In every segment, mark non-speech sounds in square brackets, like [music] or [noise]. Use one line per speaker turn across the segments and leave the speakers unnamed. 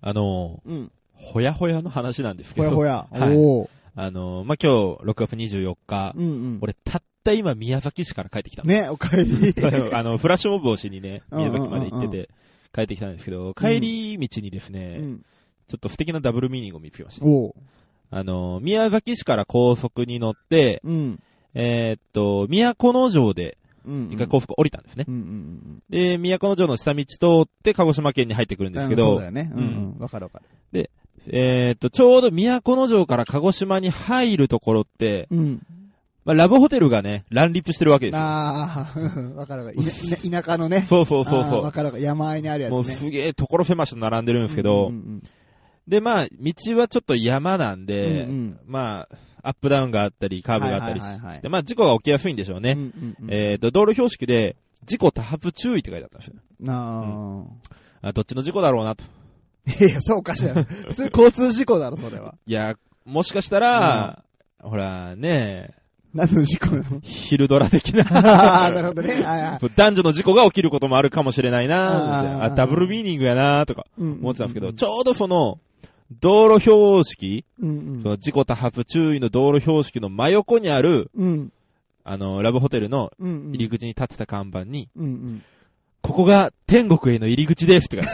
あの、
うん。
ほやほやの話なんですけ
ほ
ど。
やほ
[laughs]
や。
はい
おお。
あの、まあ、今日、6月24日、
うんうん。
俺、たった今、宮崎市から帰ってきたの。
[laughs] ね、お帰り。
[laughs]
[laughs]
あの、フラッシュモブをしにね、
うんうんう
宮
んうん
崎まで行ってて、帰ってきたんですけど、帰り道にですね、
うん。
ちょっと素敵なダブルミーニングを見つけました。
おお。
あの、宮崎市から高速に乗って、
うん。
えーっと、都城で、
うん。
一回高速降りたんですね。
うんうんうん
で、都城の下道通って鹿児島県に入ってくるん
うん。
ですけ
うんそう
ど
だ、よね。うんうん。わかるわかる。
えーっと、ちょうど都城から鹿児島に入るところって、
うん。
まあ、ラブホテルがね、乱立してるわけですよ。
ああ、 [laughs] わかるわかる。いな田舎のね。
そうそうそう
あー
そ
わかるわかる。山あいにある
う。
や
もう
つね。
すげえ所狭しと並んでるんですけ
う
ど
ん、うん
で、まあ、道はちょっと山なん
うん。
で
うんう、ん
まあ、アップダウンがあったり、カーブがあったりし
はいはいはいはい
して、まあ、事故が起きやすいんでしょうね。
うんうんうん。
えっ、と、道路標識で、事故多発注意って書いてあったんですよ。
なあ。
あ、どっちの事故だろうなと。
いやいや、そうおかしいだろ。普通交通事故だろ、それは。
いや、もしかしたら、ほら、ね
何の事故な
[laughs]
の [laughs]
昼ドラ的な
ああ、なるほどね。はいはい
男女の事故が起きることもあるかもしれないな
あー
みたいなあ、ダブルミーニングやなとか
うんうんうん
思ってたんですけど、ちょうどその、道路標識、
うん
その事故多発注意の道路標識の真横にある、
うん。うん。
あの、ラブホテルの
うんうん。
入り口に立ってた看板に、
うんうん。
ここが天国への入り口ですって書いて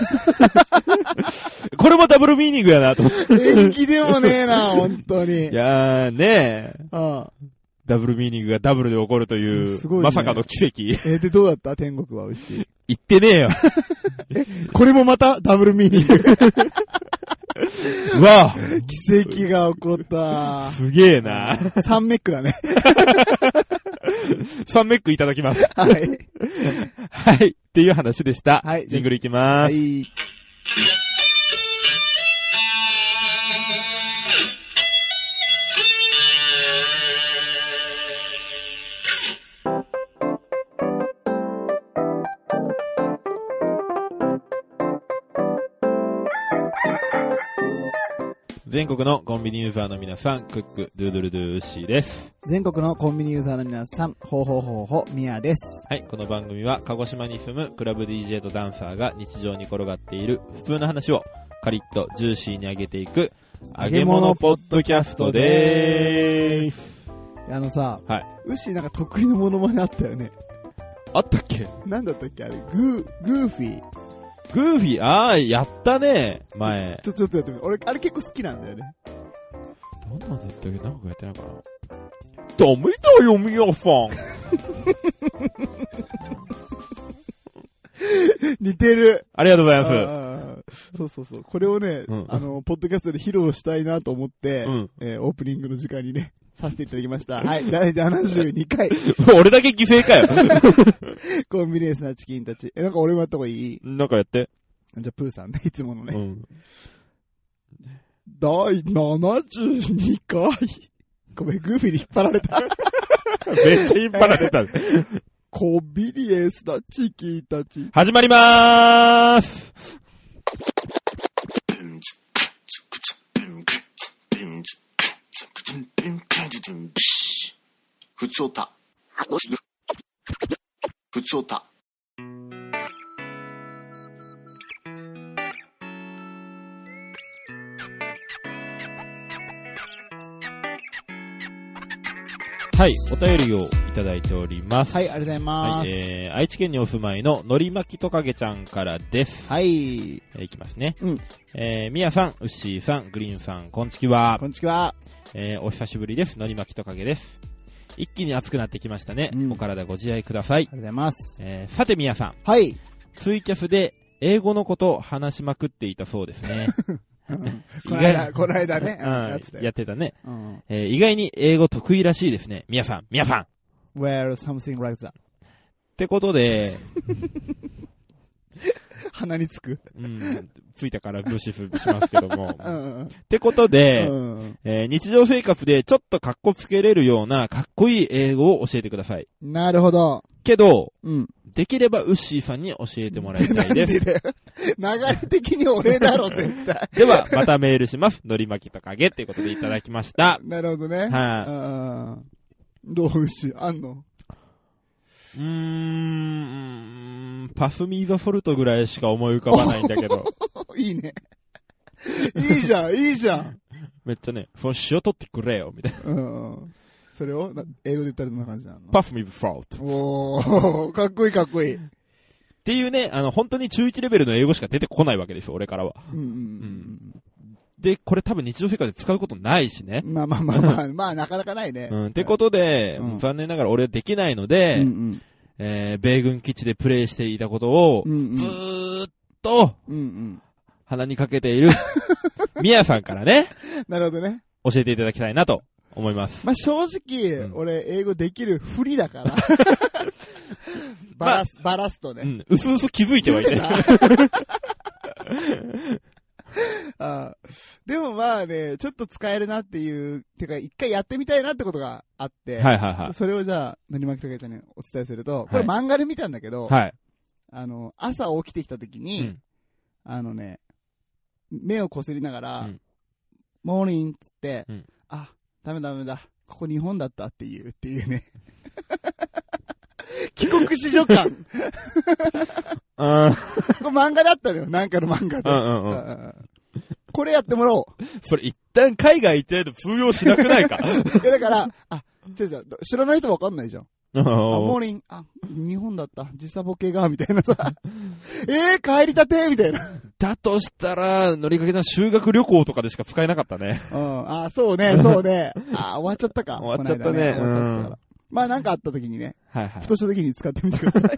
あ
[laughs]
るこれもダブルミーニングやなと思って
縁起でもねえな、
[laughs]
本当に。
いやーねえ、
ああ
ダブルミーニングがダブルで起こるという、
すごいね
まさかの奇跡。
えー、で、どうだった天国は牛。
言ってねえ
[laughs]
よ。
これもまたダブルミーニング。
わ
奇跡が起こった
あ、。 [laughs] すげえな。
サンメックだね。
サンメックいただき
[laughs]
ます。
はい。
はい。っていう話でした。
はい
ジングルいきま
は
ーす。
い。
全国のコンビニユーザーの皆さん、クック、ドゥードゥルドゥーシーです。
全国のコンビニユーザーの皆さん、ほうほうほうほう、みやです。
はい。この番組は、鹿児島に住むクラブ DJ とダンサーが日常に転がっている普通の話を、カリッとジューシーに上げていく、揚げ物ポッドキャストでーす。
あのさ、
はい。
ウッシーなんか得意のモノマネあったよね。
あったっけ
なんだったっけあれ、グー、グーフィー。
グーフィー、ああ、やったね、前。
ちょ、ちょっとやってみる。俺、あれ結構好きなんだよね。
どんなんだったっけなんかやってないかなダメだよ、みやさん。
似てる。
ありがとうございま
うんそうそうそう。これをね、
うん
あの、ポッドキャストで披露したいなと思って、
うん
えーオープニングの時間にね、 [laughs] させていただきました。はい、第72回、 [laughs]
す。俺だけ犠牲かよ。 [laughs]
コンビニエンスなチキンたち。え、なんか俺もやった方がいい
なんかやって。
じゃあ、プーさんね、いつものね。
うん。
第72回。 [laughs] ごめん、グーフィーに引っ張られた。
めっちゃ引っ張られた。
コンビニエンスなチキンたち。
始まりまーす。
ふつおた。ふつおた。
はい、お便りをいただいております。
はい、ありがとうございま
はい。
す。
えー、愛知県にお住まいののりまきとかげちゃんからです。
はい、
えーいきますね。
うん。
えー、みやさん、うっしーさん、グリーンさん、こんちきは
こ。んにちは。
えーお久しぶりです。のりまきとかげです。一気に暑くなってきましたね。
うん
お体ご自愛ください
あ。りがとうございます。
えーさて皆さん、
はい。
ツイキャスで英語のことを話しまくっていたそうですね。
[laughs] この間、
意外
この間ね、うん
うん
やってたよ
やってたね、
うん
えー意外に英語得意らしいですね。皆さん、皆さんっ
Well, something like that.
てことで、
鼻につく。
うん、ついたから無視しますけども。
[laughs] うんうん
ってことで、
うん。
えー日常生活でちょっとかっこつけれるようなかっこいい英語を教えてください。
なるほど。
けど、
うん。
できればウッシーさんに教えてもらいたいです。
でだよ流れ的に俺だろ、絶
[laughs]
対。
では、またメールします。のりまきとかげっていうことでいただきました。
なるほどね。
はい
うんどうし、あんの [laughs]
うーん、パスミーザソルトぐらいしか思い浮かばないんだけど。
いいね。いいじゃん、いいじゃん。
めっちゃね、フォン塩取ってくれよ、みたいな。
うん。それを、な英語で言ったらどんな感じなの
パフミブファウト。っ
おー、 [laughs] かっこいいかっこいい。うん
ていうね、あの、本当に中1レベルの英語しか出てこないわけですよ、俺からは。
うんうん
で、これ多分日常生活で使うことないしね
う。ん。まあまあまあまあ、まあなかなかないね。
うん、ってことで、
うん
残念ながら俺はできないの
う
で、
ん
えー、米軍基地でプレイしていたことを
うん。う、ん
ずーっと
うん。うん
鼻にかけ [laughs] ている、ミヤさんからね、
うん。なるほどね。
教えていただきたいなと思います。
まあ正直、
うん
俺、英語できるふりだ
[laughs]
から。バラす、バラすと
う
ね。
ん、うすうす気づいてはいて。
[laughs] あーでもまあね、ちょっと使えるなっていう、てか一回やってみたいなってことがあって。
はいはいは
それをじゃあ、何巻きとかちゃんにお伝えすると、こ
は
れ
い
漫画で見たんだけど、
い。はい。
あの、朝起きてきた時に、
うん
あのね、目をこすりながら、
うん
モーリンっつって、
うん
あ、ダメだダメだ、ここ日本だったっていう、っていう
[laughs]
ね。帰国子女感。
うん、うん
これ漫画だったのよ、なんかの漫画で。
うんうん。
あーこれやって
[laughs]
もらおう。
それ一旦海外行ってないと通用しなく [laughs] ないか
いやだから、あ、違う違う、知らない人わかんないじゃん。
うん
あ、モーリン、あ、日本だった、時差ボケが、みたいなさ。 [laughs] えー、帰りたてみたいな。
だとしたら、乗りかけさん修学旅行とかでしか使えなかったね。
うん。あ、そうね、そう
[laughs]
ね。あ、終わっちゃったか。
終わっちゃったね
こ
うん
の間終わっちゃったからまあなんかあった時にね、
はいは
ふとした時に使ってみてく
[laughs]
ださい。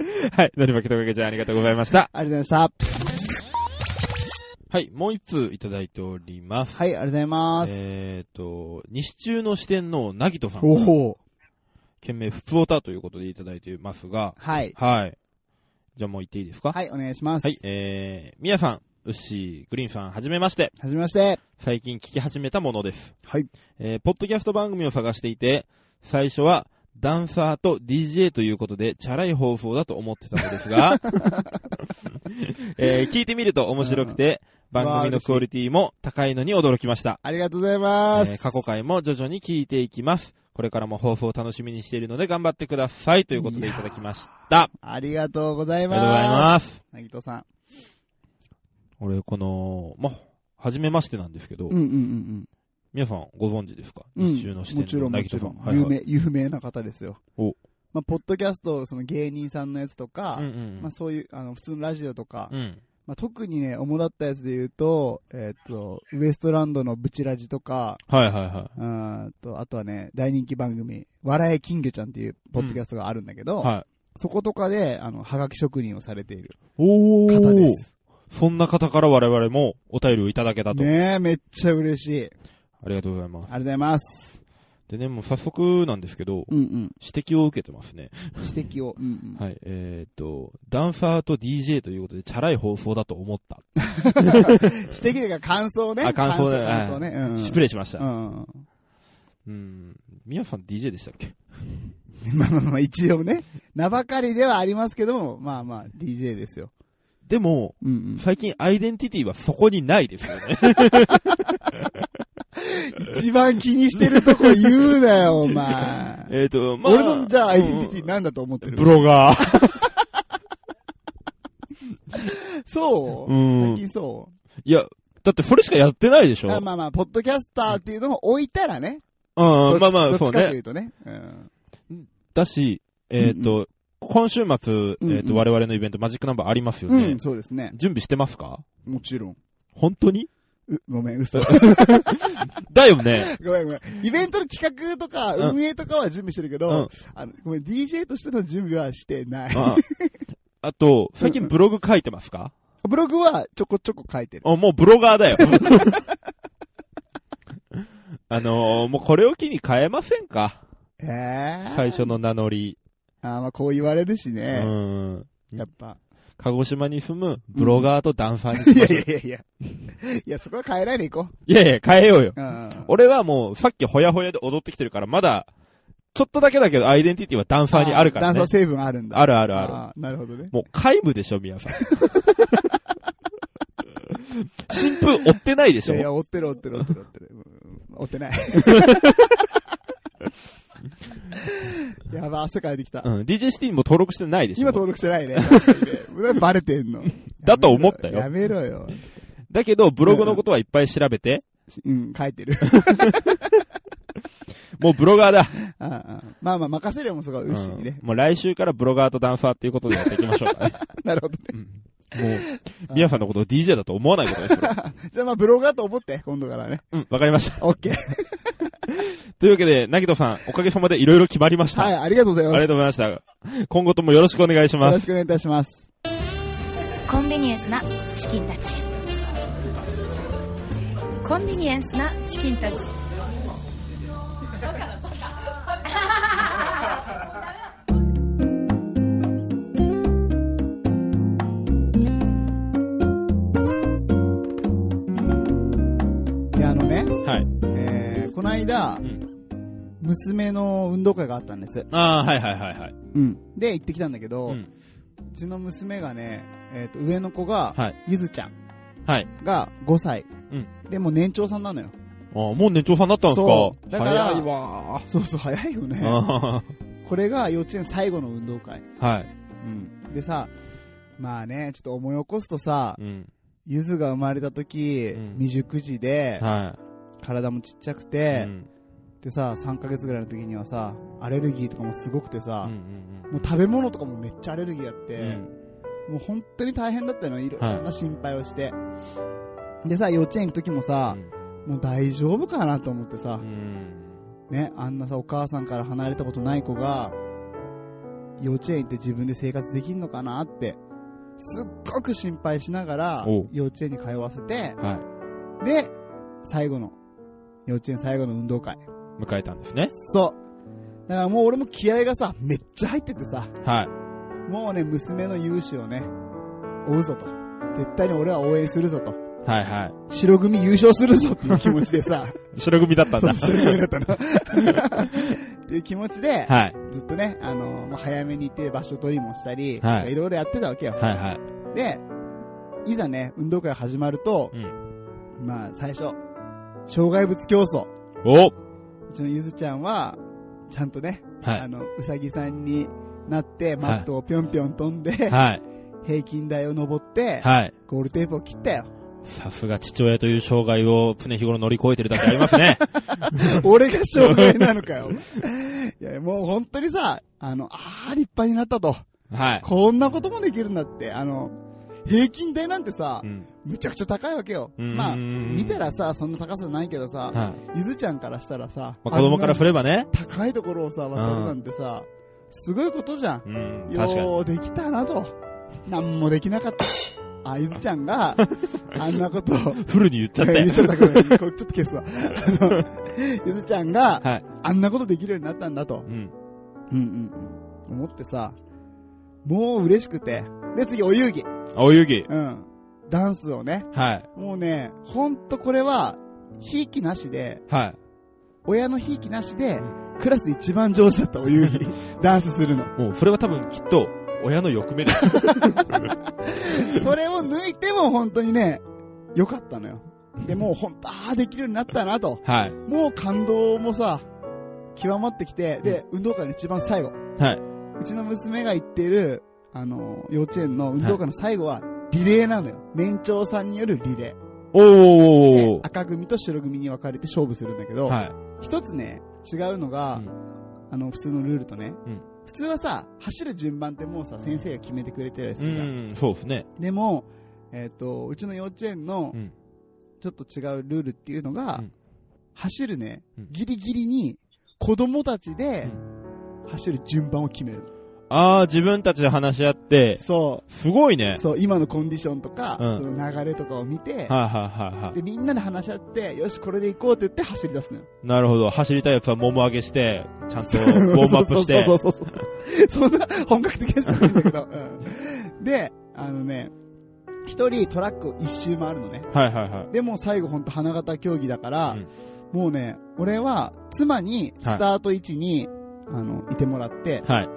い。はい。乗り負けとかけちゃんありがとうございました。
ありがとうございました。
はい。もう一通いただいております。
はい、ありがとうございます。
えっ、と、西中の四天王、なぎとさん。
おお
懸命、ふつおたということでいただいてますが、
はい。
はい。じゃあもう言っていいですか
はい、お願いします。
はい。えー、みやさん、うっしー、グリーンさん、はじめまして。
はじめまして。
最近聞き始めたものです。
はい。
えー、ポッドキャスト番組を探していて、最初は、ダンサーと DJ ということで、チャラい放送だと思ってたのです
[laughs]
が、えー聞いてみると面白くて、
うん
番組のクオリティも高いのに驚きました。
ありがとうございます。
えー過去回も徐々に聞いていきます。これからも放送を楽しみにしているので頑張ってください。ということでいただきました。あ
ありがとうござい
り
ま
がと
す。
うございます。
なぎとさん。
俺、この、ま、はじめましてなんですけど、
うんうんうん
皆さんご存知ですか、
うん。
一周の視
もち
点の
ろん
な
も
ぎ
ち
とさ
ろ
ん。
ん。
はい
有
はい
名、 [laughs] 有名な方ですよ。
お
まあ、ポッドキャスト、その芸人さんのやつとか、
うんうん
まあそういう、あの、普通のラジオとか、
うん。
まあ、特にね、主だったやつで言うと、えーっと、ウエストランドのブチラジとか、
はいはいは
うーんと、あとはね、大人気番組、笑い金魚ちゃんっていうポッドキャストがあるんだけど、
い。はい。
そことかで、あの、はがき職人をされている
おー
方です。
そんな方から我々もお便りをいただけたと。
ねえ、めっちゃ嬉しい。
ありがとうございま
ありがとうございます。
す。でね、もう早速なんですけど、
うんうん。
指摘を受けてますね。
指摘を。うん
はい、えーっと、ダンサーと DJ ということで、チャラい放送だと思った。
うん。指摘というか感想ね。
あ感想ね
感想感想ね。うんうん。
失礼しました
う。ん。 [laughs]
うん。みやさん DJ でしたっけ
まあまあまあ、一応ね、名ばかりではありますけども、まあまあ、DJ ですよ。
でも、
うんうん。
[laughs] 最近アイデンティティはそこにないですよ
[laughs]
ね。
一番気にしてるとこ言うなよ、お
[laughs]
前。
えっと、まあ。
俺のじゃあアイデンティティなんだと思ってる
ブロガー。
そう、
うん
最近そ
いや、だってそれしかやってないでし
う
ょ
あまあまあ、ポッドキャスターっていうのも置いたらね。
うん
ど
う
っ
ん、
ち
まあまあ、
ど
そ
っ
う
ちかとい
ね。
うとね。うん
だし、えーっと、今週末、えーっ
うんうん
と、我々のイベントマジックナンバーありますよ
うん、
ね。
そうですね。
準備してますか
もちろん。
本当に
う [laughs] ごめん、
[laughs]
嘘。ご
だよ
[laughs]
ね。
めん、ごめん。イベントの企画とか、
うん
運営とかは準備してるけ
う
ど、
ん。
あのごめん、DJ としての準備はしてない。
ああと、最近ブログ書いてますか
ブログはちょこちょこ書いてる。
あもうブロガーだよ。 [laughs] あのー、もうこれを機に変えませんか
えー。
最初の名乗り。
あーまあ、こう言われるし
う
ね。
ん。
やっぱ。
鹿児島に住むブロガーとダンサーに
い
しま
や
しょう
いやいやいや。 [laughs] いや、そこは変えないでいこ
[laughs] いやいや、変えようよ。
う。うん。
俺はもう、さっきほやほやで踊ってきてるから、まだ、ちょっとだけだけど、アイデンティティはダンサーにあるから
段
ね
差。成分あるんだ。
あるあるある。
あーなるほどね。
もう、皆無でしょ、皆さん。 [laughs] 新風追ってないでし
いやい
ょ
や、追ってる追ってる追ってる追ってる。うん追って
[laughs]
ない。やば、汗かいてきた。
うん、DJ シティにも登録してないでし
今
ょ [laughs]
登録してないね。確かにねバレてんの。
だと思ったよ
やめろよ。
だけど、ブログのことはいっぱい調べて、
うん、書
[laughs]
いてる。
もうブロガーだ。
[laughs] ああまあまあ、任せるもすごい牛にね。
うんもう来週からブロガーとダンサーっていうことでやっていきましょう
[laughs]
かね。
なるほどね。
も [laughs] う、皆さんのことを DJ だと思わないことですよ。
じゃあまあ、ブロガーと思って、今度からね。
うん、わかりました。
オッケー。
というわけで、なぎとさん、おかげさまでいろいろ決まりました。
はい、ありがとうござい
ありがと
ま
うございました。今後ともよろしくお願いし
す。よ
ま
ろ
す。
しくお願いいたします。
コンビニエンスなチキンたちコンビニエンスなチキンたち
で、あのね、
はい。
えー、この間、
ん
娘の運動会があったんです。
ああ、はいはいはいはい。
うん。で、行ってきたんだけど、
う
うんちの娘がね、えっ、と、上の子が、
はい
ゆずちゃん
はい。
が5歳。
うん
で、もう年長さんなのよ。
あーもう年長さんだったんです
そ
か
うだから
早いわ
そうそう、早いよね
ー。あ
これが幼稚園最後の運動会。
ー [laughs] はい。
うん。でさ、まあね、ちょっと思い起こすとさ、
うん。
ゆずが生まれた時、
うん
未熟児で、
は
体もちっちゃく
い。
て、
うん
でさ、3ヶ月ぐらいの時にはさ、アレルギーとかもすごくて
う
さ、
んうん
もう食べ物とかもめっちゃアレルギーあって、
うんうん
もう本当に大変だったのよ、いろんな心配をして。でさ、幼稚園行く時もさ、もう大丈夫かなと思ってさ
う、ん。
ね、あんなさ、お母さんから離れたことない子が、幼稚園行って自分で生活できんのかなって、すっごく心配しながら
おう、
幼稚園に通わせて、
は
で、最後の、幼稚園最後の運動会。
い。迎えたんですね。
そう。だからもう俺も気合がさ、めっちゃ入っててさ、
はい。
もうね、娘の勇姿をね、追うぞと。絶対に俺は応援するぞと。
はい
[laughs]
は
白組優勝するぞっていう気持ち
[laughs]
でさ、
い。白組だったん
そ
だ
う。白組だったの。 [laughs] っていう気持ちで、
はい。
ずっとね、あのもう早めに行って場所取りもしたり、
はい
いろいろやってたわけよ。
はいはい。
で、いざね、運動会始まると
う、ん。
まあ最初、障害物競争。
お
うちのゆずちゃんは、ちゃんとね、あ
は
の、うさぎさんになって、マットをぴょんぴょん飛んで、
い。はい。
平均台を登って、
はい。
ゴールテープを切ったよ。 [laughs]
さすが父親という障害を常日頃乗り越えてるだけあります
[laughs]
ね。
俺が障害なのかよ。 [laughs] いや、もう本当にさ、あの、ああ、立派になったと。
はい。
こんなこともできるんだって。あの、平均台なんてさ
う、ん。
むちゃくちゃ高いわけよ。
うん
まあ、見たらさ、そんな高さないけどさ、
はい。
ゆずちゃんからしたらさ、
まあ、子供から振
れ
ればね。
高いところをさ、渡るなんてさ、すごいことじゃん。
うん。確かに。
ようできたなと。なんもできなかった。あ、ゆずちゃ
[laughs]
んが、あんなことを、
フルに言っちゃって
言っ。ちゃったごめんこれ、ちょっと消すわ。あ
[laughs]
のゆずちゃんが、
はい。
あんなことできるようになったんだと
う。ん。
うんうんうん。思ってさ、もう嬉しくて。で、次、お遊戯。
お遊戯。
うん。ダンスをね。
はい。
もうね、ほんとこれは、ひいきなしで、
はい。
親のひいきなし
う
で、クラスで一番上手だったお
[laughs]
遊戯。ダンスするの。
もう、それは多分きっと、親の欲目
[laughs]
です。
それを抜いても本当にね、良かったのよ。で、もうほんと、ああ、できるようになったなと。
はい。
もう感動もさ、極まってきて、で、運動会の一番最後。
はいう
ちの娘が行ってる、あの、幼稚園の運動会の最後は、リレーなのよ。年長さんによるリレ
お
ー。
ー
で、赤組と白組に分かれて勝負するんだけど、
はい。
一つね、違うのが、
うん
あの、普通のルールとね、
うん
普通はさ、走る順番ってもうさ、先生が決めてくれてるやつ
う
じゃん。
ん、そうですね。
でも、えっ、と、うちの幼稚園の
うん、
ちょっと違うルールっていうのが、
うん
走るね
うん、
ギリギリに、子供たちで、走る順番を決める。
あー、自分たちで話し合って、
そ。
すごいうね。
そう、今のコンディションとか、
うん
その流れとかを見て、
はいはいはいは
で、みんなで話し合って、よし、これで行こうって言って走り出
[laughs]
すのよ。
い。なるほど。走りたいやつはもも上げして、ちゃんとウォームアップして
そ。うそうそうそう。そんな本格的なじゃないんだけど。うんで、あのね、一人トラックを一周回るのね。
はいはいはい。
でも最後ほんと花形競技だから、
うん
もうね、俺は妻にスタート位置に、あの、いてもらって、
はい。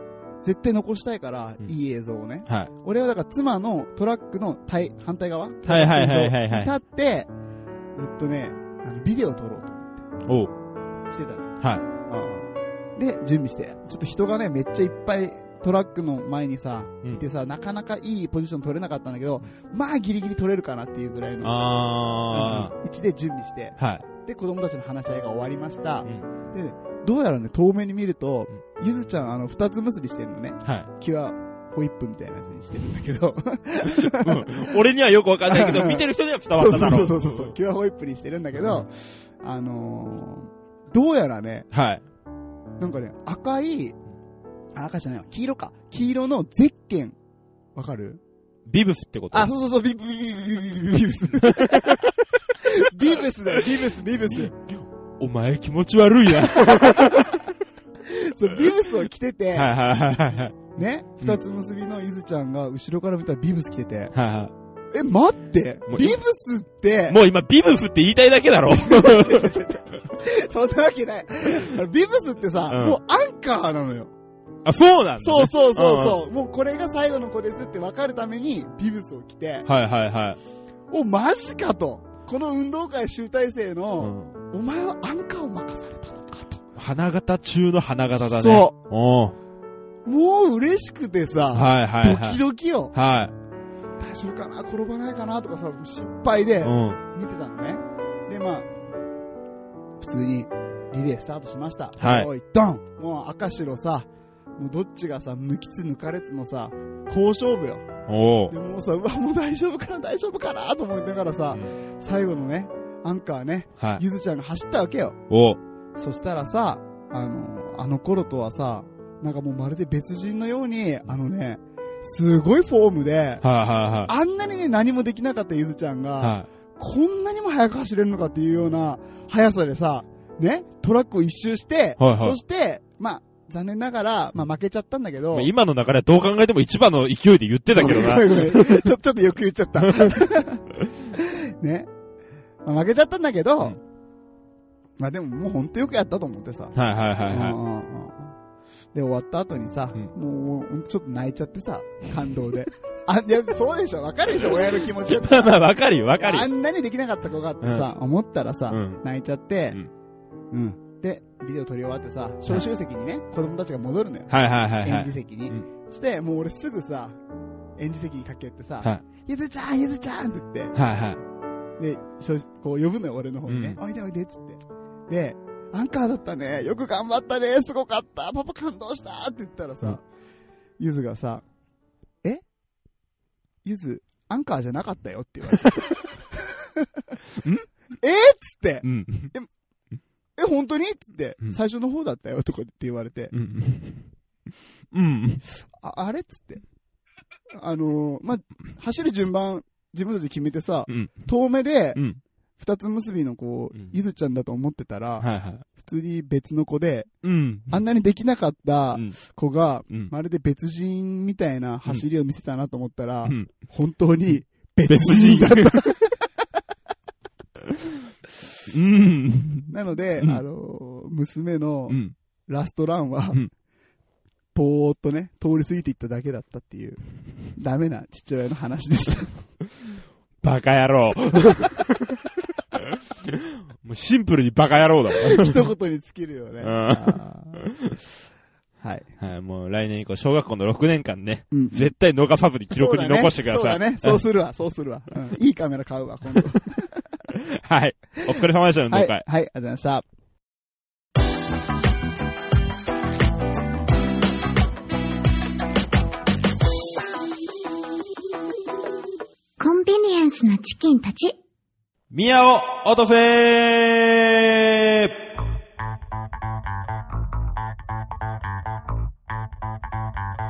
絶対残したいから、
うん
いい映像をね。
はい。
俺はだから妻のトラックの対、反対側
はいはいはいはいはい
立って、ずっとね、あのビデオを撮ろう
おう。
としてたの。
はい。
で、準備して、ちょっと人がね、めっちゃいっぱいトラックの前にさ、
うん
いてさ、なかなかいいポジション取れなかったんだけど、まあギリギリ取れるかなっていうぐらいの
あ
位置で準備して、
ー。はい。
で、子供たちの話し合いが終わりました
う。ん。
どうやらね、遠目に見ると、ゆずちゃん、あの、二つ結びしてるのね。
はい。
キュアホイップみたいなやつにしてるんだけど、
うん俺にはよくわかんないけど、見てる人には伝わっただろ
そうそうそうそう、キュアホイップにしてるんだけど、あのー、どうやらね、
はい。
なんかね、赤い、あ赤じゃないわ、黄色か。黄色のゼッケン。わかる
ビブスってこと
あ、そうそうそう、ビブ、ビブ、ビブ、ビブス。ビブスだよ、ビブス、ビブス。
お前気持ち悪い
[laughs]
な。は
そう、ビブスを着て
い
て、
はいはいはいはい。
ね、二つ結びのゆずちゃんが後ろから見たらビブス着てて、
はいは
え、待って
もう
ビブスって
い、もう今、ビブスって言いたいだけだ
[laughs]
ろ。
そんなわ
[laughs]
けない。あのビブスってさ、
うん
もうアンカーなのよ。
あ、そうなんだね。
そうそうそうそう。もうこれがサイドの子ですって分かるために、ビブスを着て、
はいはいはい。
お、マジかと。この運動会集大成
う
の、
ん
お前はアンカーを任されたのかと。
花形中の花形だね。。
そう
お
もう嬉しくてさ、
はいはいは
ドキ
い。
ドキよ。
は
大丈夫かな転ばないかなとかさ、心配
い。
で
うん。
見てたのね。で、まあ、普通にリレースタートしました。
はい
おい、ドンもう赤白さ、もうどっちがさ、抜きつ抜かれつのさ、好勝負よ。
お
でもうさ、うわ、もう大丈夫かな、大丈夫かなと思いながらさ、最後のね、アンカーね、
はい。
ゆずちゃんが走ったわけよ。
お
そしたらさ、あの、あの頃とはさ、なんかもうまるで別人のように、あのね、すごいフォームで、
はいは
あんなにね、何もできなかったゆずちゃんが、
いはい。は
こんなにも速く走れるのかっていうような速さでさ、ね、トラックを一周して、
はいはい
そして、まあ、残念ながら、まあ負けちゃったんだけ
い
ど
まあ。、今の中ではどう考えても一番の勢いで言ってたけどな。
ごめんごめん [laughs] ちょ、ちょっとよく言っちゃった。 [laughs] ね。まあ、負けちゃったんだけど、
うん
まあでももうほんとよくやったと思ってさ。
はいはいはい
うん
は
うんうんうんで、終わった後にさ、
うん
もう、ちょっと泣いちゃってさ、感動で。あ、いや、そうでしょ、わかるでしょ、親の気持ちだって
い。まあまあ、 [laughs] わかるよわかる
あ
よ。
んなにできなかった子がってさ、思ったらさ、
うん。
泣いちゃって、うん、で、ビデオ撮り終わってさ、招集席にね、子供たちが戻るのよ。
はいはいはいは
演じ
い。
席に。
うん
して、もう俺すぐさ、演じ席に駆け寄ってさ、
は
ゆずちゃんゆずちゃんって言っ
はいはい。
て、で、招こう呼ぶのよ、俺の方にね。
う
おいでおいでっつって。で、アンカーだったね、よく頑張ったね、すごかった、パパ感動したって言ったら
うん
さ、ゆずがさ、えゆず、アンカーじゃなかったよって言われ
[laughs]
て。ん [laughs] えっつって、
うん。
え、本当にっつって
う、ん
最初の方だったよとかって言われて、
うん。うん。
ああれっつって。あのーまあ、走る順番、自分たちで決めてさ、
うん
遠目で
う、ん。
二つ結びの子を
うん、
ゆずちゃんだと思ってたら、
はいはい。
普通に別の子で、
うん。
あんなにできなかった
うん
子が、
うん。
まるで別人みたいな走りを見せたなと思ったら、
うん
本当に別人 [laughs] だった。
うん。
なので、
うん
あのー娘の
うん。
ラストランは、
うん
ぽーっとね、通り過ぎていっただけだったっていう、ダメな父親の話でした。 [laughs]
バカ野郎。もうシンプルにバカ野郎だわ。
一言に尽きるよね。
うん
あーはい。
はい、もう来年以降、小学校の6年間ね、
うん
絶対逃さずに記録に残してくだ
そう
さ
だ
い。
ね。そうだねそうするわ、そうするわ。うんいいカメラ買うわ、今度。
はい。お疲れ様でした、運動
はい、
会。
はい、ありがとうございました。
コンビニエンスなチキンたち。
宮尾落とせー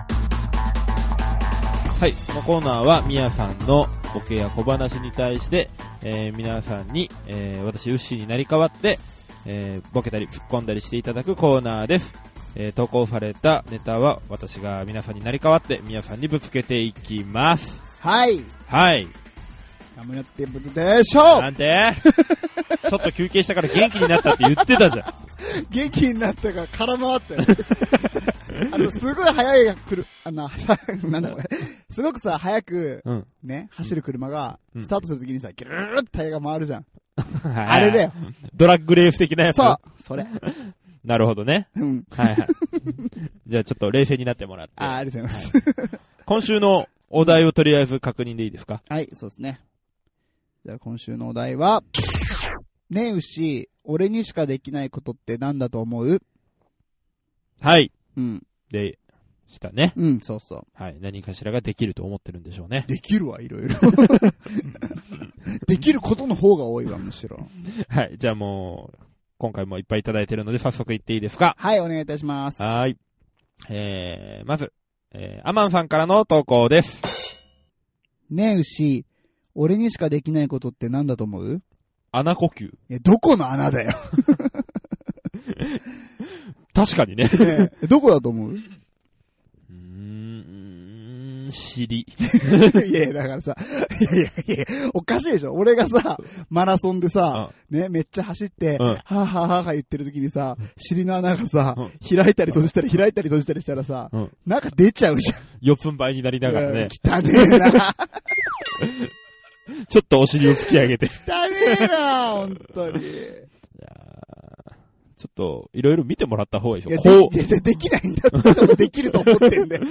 はい。このコーナーは、みやさんのボケや小話に対して、えー皆さんに、えー私、ウッシーになり代わって、えーボケたり、突っ込んだりしていただくコーナーです。えー投稿されたネタは、私が皆さんになり代わって、みやさんにぶつけていきます。
はい。
はい。
頑張ってぶつでしょう
なんて [laughs] ちょっと休憩したから元気になったって言ってたじゃん。
元気になったから空
[laughs]
回ったよ。あの、すごい速い来る、あの、さなんだ [laughs] これ。すごくさ、速く、
うん。
ね、走る車が、
うん
スタートするときにさ、ギュルルルってタイヤが回るじゃん。
[laughs] あ
あれだ。よ。
ドラッグレース的なやつ。
そう、それ。
なるほどね。
うん。
はいはい。 [laughs] じゃあちょっと冷静になってもらって。
あーありがとうございます。
今週のお題をとりあえず確認でいいですか
はい、そうですね。じゃあ今週のお題は、ねえ牛、俺にしかできないことって何だと思う
はい。
うん。
でしたね。
うん、そうそう。
はい。何かしらができると思ってるんでしょうね。 [laughs]
できるわ、いろいろ。できることの方が多いわ、むしろ。
はい。じゃあもう、今回もいっぱいいただいてるので、早速行っていいですか
はい、お願いいたします。
はーい。えー、まず、えー、アマンさんからの投稿です。
ねえ牛、俺にしかできないことって何だと思う
穴呼吸。
え、どこの穴だよ。 [laughs]
確かにね。
ねえどこだと思う
[laughs]
[laughs]
うーん、尻。
いやいや、だからさ、 [laughs] いやいやいや、おかしいでしょ。俺がさ、マラソンでさ、ね、めっちゃ走って、
うん
はぁはぁはぁはぁ言ってる時にさ、尻の穴がさ、
うん
開いたり閉じたり開いたり閉じたりしたらさ、
うん
なんか出ちゃうじゃん。
四分倍になりながらね、
汚ねえな。
ちょっとお尻を突き上げ
[laughs]
て。い
汚ねえな、本
[laughs]
当に。
やーちょっと、いろいろ見てもらった方がいい
い
で
や、
すよ。こ
で
う、
きでできないんだってでもできると思ってんだよ。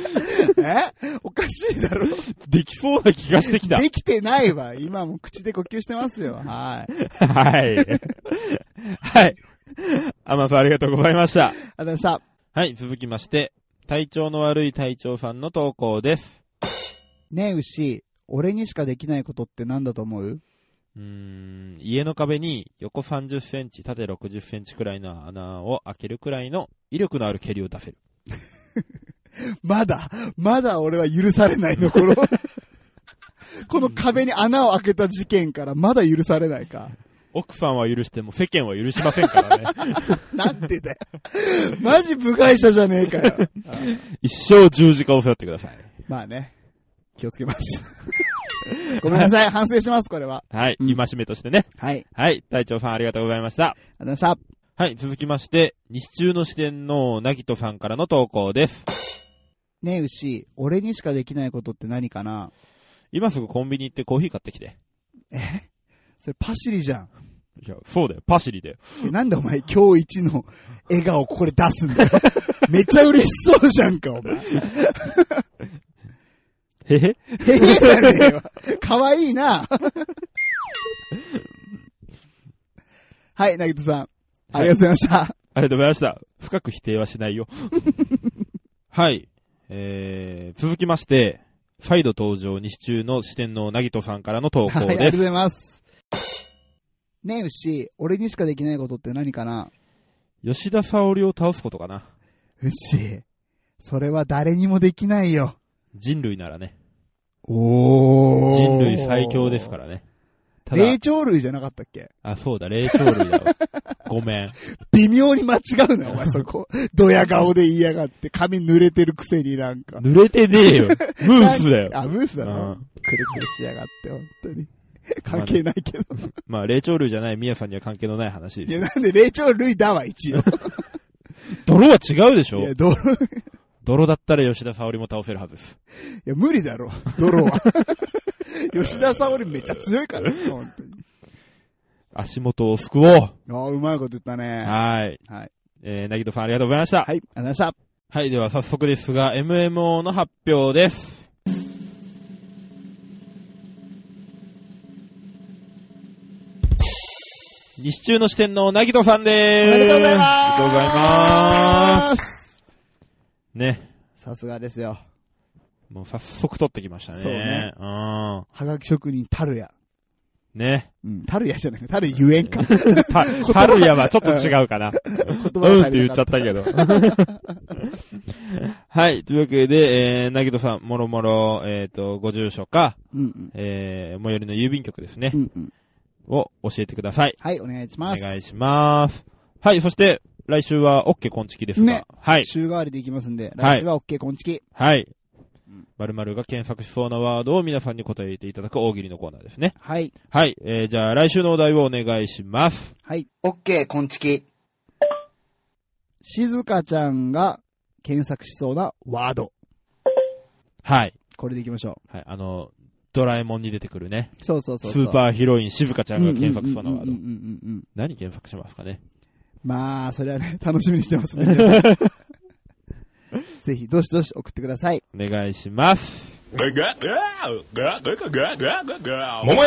えおかしいだろ。
できそうな気がしてきた。
できてないわ。今もう口で呼吸してますよ。はい。
はい。 [laughs] はい。アマンさんありがとうございました。
あのさ、
はい、続きまして、体調の悪い隊長さんの投稿です。
ねえ牛、俺にしかできないことって何だと思う
うーん、家の壁に横30センチ、縦60センチくらいの穴を開けるくらいの威力のある蹴りを出せる。
まだ、まだ俺は許されないの、この。この壁に穴を開けた事件からまだ許されないか。
奥さんは許しても世間は許しませんから
[laughs]
ね。
なんてだよ。マジ部外者じゃねえかよ。
一生十字架を背負ってください。
まあね。気をつけます。ごめんなさい。反省してます、これは。
はい、
うん
戒めとしてね。
はい。
はい、隊長さんありがとうございました。
あのさ、
はい、続きまして、西中の四天王、なぎとさんからの投稿です。
ねえ牛、俺にしかできないことって何かな
今すぐコンビニ行ってコーヒー買ってきて。
それパシリじゃん。
いや、そうだよ、パシリだよ。
えなんでお前今日一の笑顔ここで出
[laughs]
すんだよ。めちゃ嬉しそうじゃんか、お前。
へへ
へへじゃねえわ。かわいいな。はい、なぎとさん。ありがとうございました。
ありがとうございました。深く否定はしないよ。 [laughs] はい。えー、続きまして、再度登場、西中の四天王、なぎとさんからの投
はい、
稿
ありがと
です。
うございます。ねえ、牛、俺にしかできないことって何かな
吉田沙織を倒すことかな。
牛、それは誰にもできないよ。
人類ならね。
お
人類最強ですからね。ただ、
霊長類じゃなかったっけ
あ、そうだ、霊長類だわ。ごめん。
微妙に間違うなよ、お
[laughs]
前そこ。ドヤ顔で言いやがって、髪濡れてるくせになんか。
濡れてね [laughs] えよ。ムースだよ。
あ、ブースだ
う。
なんくるくるしやがって、本当に。関係ないけど。
まあ、霊長類じゃないミヤさんには関係のない話
い
です。
や、なんで霊長類だわ、一応。
[laughs] 泥は違うでし
い
ょ
や、泥、い
泥だったら吉田沙織も倒せるはずです。
や、無理だろ、
[laughs]
泥は。吉田沙織めっちゃ強いから、本当に。
足元を救おう。
ああ、うまいこと言ったね。は
はい。
はい。
えー、なぎとさんありがとうございました。
い、ありがとうございました。
はい、では早速ですが、MMO の発表です。西中の四天王、なぎとさん
お
でーす。
めでとうございます。。
ありがとうございますす。ね。
さすがですよ。
もう早速取ってきましたね。
そうね
うん。
はがき職人、たるや。
ね。
うん、たるやじゃない。たるゆえんか。
た、たるやはちょっと違うかな。うんって言っちゃったけ [laughs] ど。はい。というわけで、えー、なぎとさん、もろもろ、えっ、と、ご住所か、
うんうん。
えー、最寄りの郵便局ですね
う。んうん。
を教えてください。
はい、お願いし
お
ます。
願いします。はい。そして、来週は、オッケーこんちきですが、
ね
はい。
週替わりでいきますんで、
はい
来週は OK こんちき。
はい
うん。
〇〇が検索しそうなワードを皆さんに答えていただく大喜利のコーナーですね。
はい、
はい。えー、じゃあ来週のお題をお願いします。
はい。
OK、こんちき。
しずかちゃんが検索しそうなワード。
はい。
これでいきましょ
はい。あの、ドラえもんに出てくるね。
う。そうそうそう
ス
そう。
ーパーヒロイン、静香ちゃんが検索しそうなワー
うん
ド
うん。うんうんうんうん。
何検索しますかね [laughs]
まあ、それはね、楽しみにしてますね。皆さんぜひ、どしどし送ってください。
お願いします。
桃屋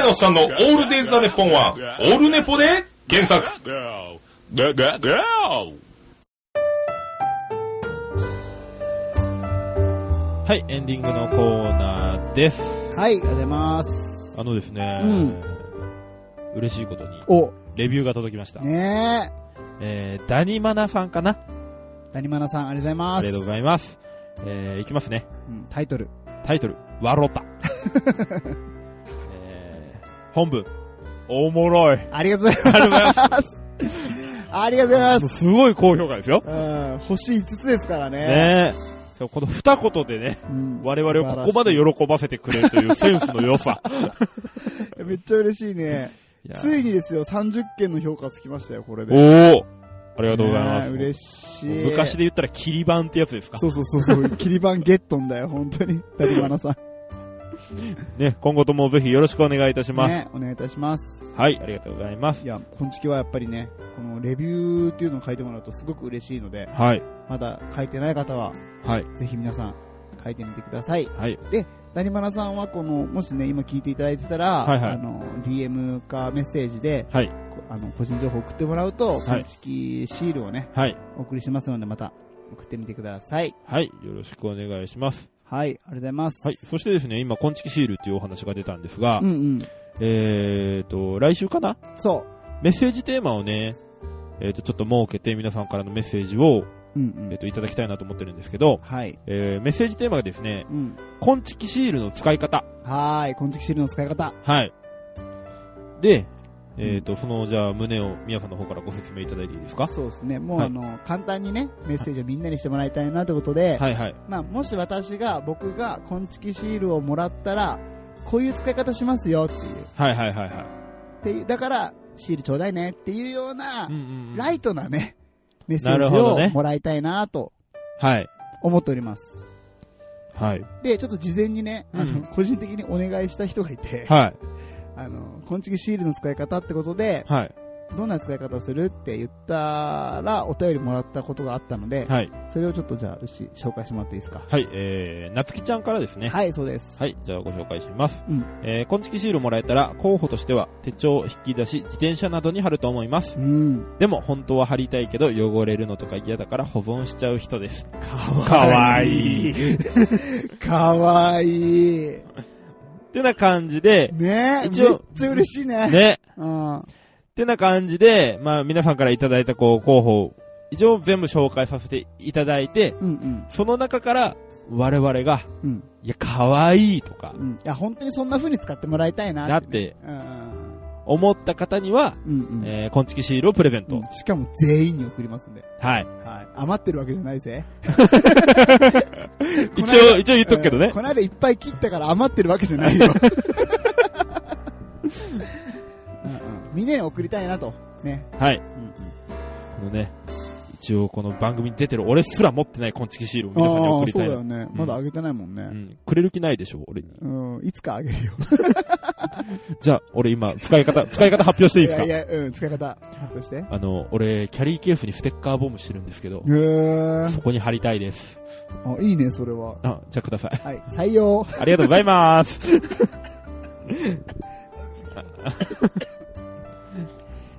のおっさんのオールデイズ・ザ・ネッポンは、オールネポで原作。
はい、エンディングのコーナーです。
はい、ありがとうございます。
あのですね、
うん
嬉しいことに、
お、
レビューが届きました。
ね
えー、ダニマナさんかな
え。谷間さん、ありがとうございます。
ありがとうございます。えー、いきますね。
うんタイトル。
タイトル、わ
[laughs]
ろた。えー、本文、おもろい。
ありがとうございます。
ありがとうござい
ありがとうござい
ま
ます
す。すごい高評価ですよ。
うん、星5つですからね。
ねえ。そうこの二言でね、
うん
我々をここまで
素晴
喜ばせてくれるというセンスの良
[laughs]
さ。
らしいめっちゃ嬉しいね。
いや
ついにですよ、30件の評価つきましたよ、これで。
お
あ
おありがとうございます。
嬉しい。
昔で言ったら、切り板ってやつですか。
そうそうそうそう、切り板ゲットンだよ、本
[laughs]
当に。谷花さん。
ね、今後ともぜひよろしくお願いいたします。
ね、お願いいたします。
はい、ありがとうございます。
いや、今月はやっぱりね、このレビューっていうのを書いてもらうとすごく嬉しいので、
はい、
まだ書いてない方は、
はい、
ぜひ皆さん、書いてみてください。
はい、
谷花さんは、この、もしね、今聞いていただいてたら、
はいはい
あの、DM かメッセージで、
はい、
こあの、個人情報送ってもらうと、
はい
今月シールをね、
はい、
お送りしますので、また、送ってみてください。
はい、よろしくお願いします。
はい、ありがとうございます。
はい、そしてですね、今、こんちきシールっていうお話が出たんですが、
うんうん。
えーと、来週かな
そ
メッセージテーマをね、えーと、ちょっと設けて皆さんからのメッセージを、
う。うんう
えー
ん。
と、いただきたいなと思ってるんですけど、
はい。
えー、メッセージテーマがですね、
うん。
こんちきシールの使い方。
はーい、金色シールの使い方。
はい。で、えーと、その、じゃあ、胸を、みやさんの方からご説明いただいていいですか
そうですね。もう、
はい
あの、簡単にね、メッセージをみんなにしてもらいたいなってことで、
はいはい。
まあ、もし私が、僕が、金色シールをもらったら、こういう使い方しますよっていう。
はいはいはいはい。
っていうだから、シールちょうだいねっていうような、
うんうんうん
ライトなね、メッセ
なる
ージ
ほど
を
ね
もらいたいなと
はい。
思っております。
はい。
で、ちょっと事前にね、あの、
うん
個人的にお願いした人がいて、
はい。
あの、金色シールの使い方ってことで、
はい。
どんな使い方するって言ったら、お便りもらったことがあったので、
はい。
それをちょっとじゃあ、うち紹介してもらっていいですか。
はい。えー、なつきちゃんからですね。
はい、そうです。
はい。じゃあご紹介します。
うん
えー、こんちきシールもらえたら、候補としては、手帳、引き出し、自転車などに貼ると思います。
うん。
でも、本当は貼りたいけど、汚れるのとか嫌だから保存しちゃう人です。
かわいい。かわいい。
ってな感じで、
ねえ、
一
め
応
っちゃ嬉しいね。
ね。
うん。
ってな感じで、まあ、皆さんからいただいた、こう、候補を、一応全部紹介させていただいて、
うんうん。
その中から、我々が、
うん。
いや、可愛いとか
う、ん。いや、本当にそんな風に使ってもらいたいな
な
っ。
ってて
うんうん。
思った方には、
うんうん。
えー、こんちきシールをプレゼン
う
ト。
んしかも全員に送りますんで。
はい。
はい。余ってるわけじゃないぜ。
一
この
応、
間
一応言っとくけど
うん
ね。
この間いっぱい切ったから余ってるわけじゃな
[laughs]
いよ。うんうんみんなに送りたいなと。ね。
はい。
うん
こ
うん。
のね、一応この番組に出てる俺すら持ってない昆虫シールを皆さんに
ああ
送
ー、
り
そ
た
う
い
だ
な
よね。
ん
まだあげてないもんね
う。ん、くれる気ないでしょ、俺に。
うん、いつかあげるよ。
じゃあ、俺今、使い
[laughs]
方、使い方発 [laughs] 表していいですか
いやいや、うん、使い方、発表して。へ
あの、俺、キャリーケースにステッカーボムしてるんですけど、
ー
そこに貼りたいです。
あ、いいね、それは。
あ、じゃあください。 [laughs]
はい、採用。
ありがとうございます。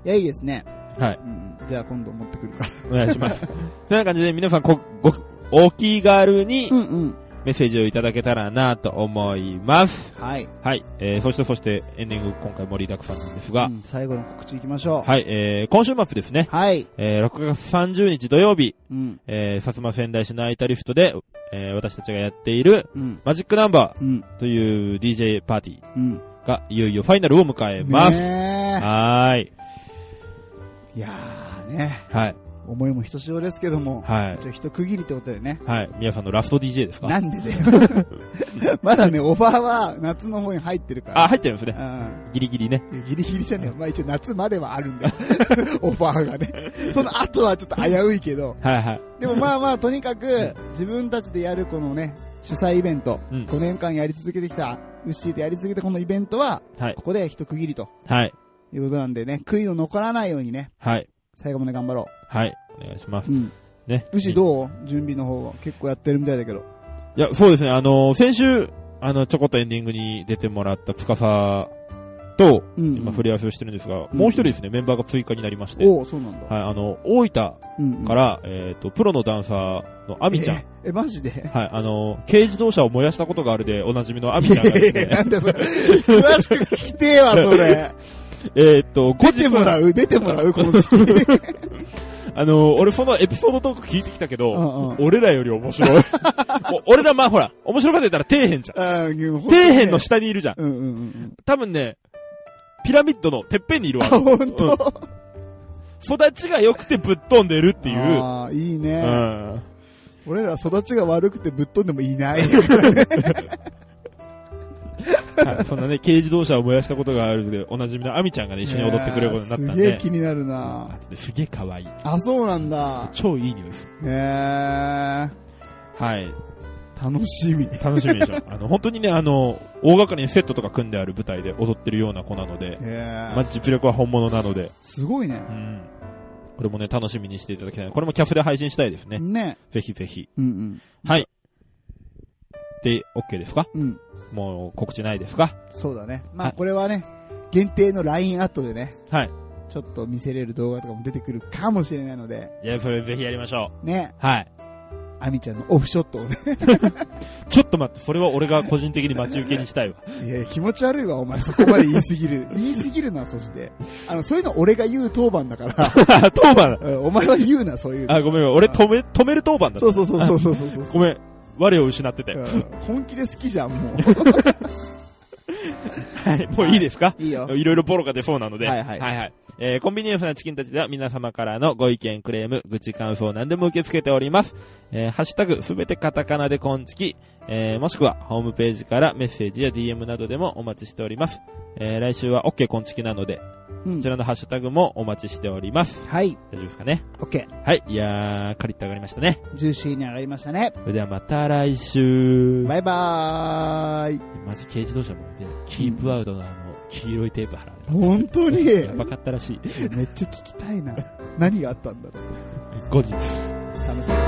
いや、いいですね。
はい。
うんうん、じゃあ今度持ってくるから。
お願いします。
[laughs]
そんな感じで皆さん、こご、お気軽に
うんうん。
メッセージをいただけたらなと思います。
はい。
はい。えー、そしてそしてエンディング今回盛りだくさんなんですが
う、ん最後の告知いきましょう。
はい、えー、今週末ですね、
はい。
えー、6月30日土曜日、
うん、
えー、薩摩仙台市ナイタリフトで、えー、私たちがやっている、
うん、
マジックナンバ
うん、
ーという DJ パーティ
うん。
ーがいよいよファイナルを迎えます。
ね
はーい。
えいやーね、
はい。
思いもひとしおですけども、
はい。
じゃあ一区切りってことでね。
はい。皆さんのラスト DJ です
な
か
んでだよ。 [laughs] まだね、オファーは夏の方に入ってるから。
あ、入ってるんですね。
うん
ギリギリね。
ギリギリじゃねえよ。まあ一応夏までは [laughs] あるんだよ。オファーがね。その後はちょっと危ういけど。
はいはい。
でもまあまあ、とにかく、自分たちでやるこのね、主催イベント、
うん
5年間やり続けてきた、ウッシーとやり続けたこのイベントは、
はい
こ。こで一区切りと
はい。
いうことなんでね、悔いの残らないようにね、
はい。
最後まで頑張ろ
はい。お願いします
う。う。ん。
ね。
牛どう準備の方は。結構やってるみたいだけど。
いや、そうですね。あのー先週、あの、ちょこっとエンディングに出てもらったプカファと、
うんうん、
今、触れ合わせをしてるんですが、
うん
もう一人ですね、メンバーが追加になりまして、はい、
おお、そうなんだ。
あの、大分か
うんうん、
ら、えっ、と、プロのダンサーのアミちゃん
え、。え、マジで
はい、あの、軽自動車を燃やしたことがあるで、おなじみのアミちゃんが
[laughs]
ですね、
なんだそれ。詳しく聞きてえわ、
[laughs]
それ。
えっと、後日
出て、もらう、出てもらう、この時期。
[laughs] あの、俺そのエピソードトーク聞いてきたけど、
うんうん
俺らより面
[laughs]
白い。お俺らまあほら、面白かったら底辺じゃん。
底
底辺の下にいるじゃん。
うんうんうん。
多分ね、ピラミッドのてっぺんにいるわ
あ、。ほん
うん
と
育ちが良くてぶっ飛んでるっていう。
ああ、いいうね。
ん。
俺ら育ちが悪くてぶっ飛んでもいない。
はいそんなね、軽自動車を燃やしたことがあるで、おなじみのアミちゃんがね、一緒に踊ってくれることになったん
すげえ
で。
気になる
あ
な
とねすげえ可愛い。
あ、そうなんだ。
超いい匂いする。
へえ。
はい。
楽しみ。
楽しみ
[laughs]
でしょ。あの、本当にね、あの、大掛かりにセットとか組んである舞台で踊ってるような子なので、
へ
まあ、
え。
実力は本物なので、
すごいね
う。ん。これもね、楽しみにしていただきたい。これもキャフで配信したいですね。
ね。
ぜひぜひ。
うん
はい。で、OK ですか
うん。うん。
もう告知ないですか
そうだね。ま
は
あ
い
これはね、限定の LINE アットでね、
はい。
ちょっと見せれる動画とかも出てくるかもしれないので、
じゃあ、それぜひやりましょ
ね。
う。はい。
アミちゃんのオフショットをね。
ちょっと待って、それは俺が個人的に待ち受けにした [laughs] いわ。
いやいや気持ち悪いわ、お前。そこまで言いすぎる。言いすぎるな、そして。あの、そういうの俺が言う当番だ [laughs] から、
当番
うんお前は言うな、そういうの。
あ、ごめんごめん。俺止め、止める当番だった
そうそうそうそうそうそうそう。
ごめん。我を失ってて。
うん本気で好きじゃん、も [laughs]
はい。もういいですか
う。いいよ。
いろいろボロが出そうなので。
はいはい
はいえーコンビニエンスなチキンたちでは皆様からのご意見、クレーム、愚痴、感想何でも受け付けております。えーハッシュタグ、すべてカタカナでコンチキ、えーもしくはホームページからメッセージや DM などでもお待ちしております。えー来週は OK コンチキなので、
うん
こちらのハッシュタグもお待ちしております。
はい、
大丈夫ですかね
OK。
はい。いやー、カリッと上がりましたね。
ジューシーに上がりましたね。
それではまた来週。
バイバーイ。
マジ軽自動車もいて、キープアウトのあの、黄色いテープ貼られた
本当に
やばかったらしい。
めっちゃ聞きたいな。何があったんだろう。
後日。
楽しみ。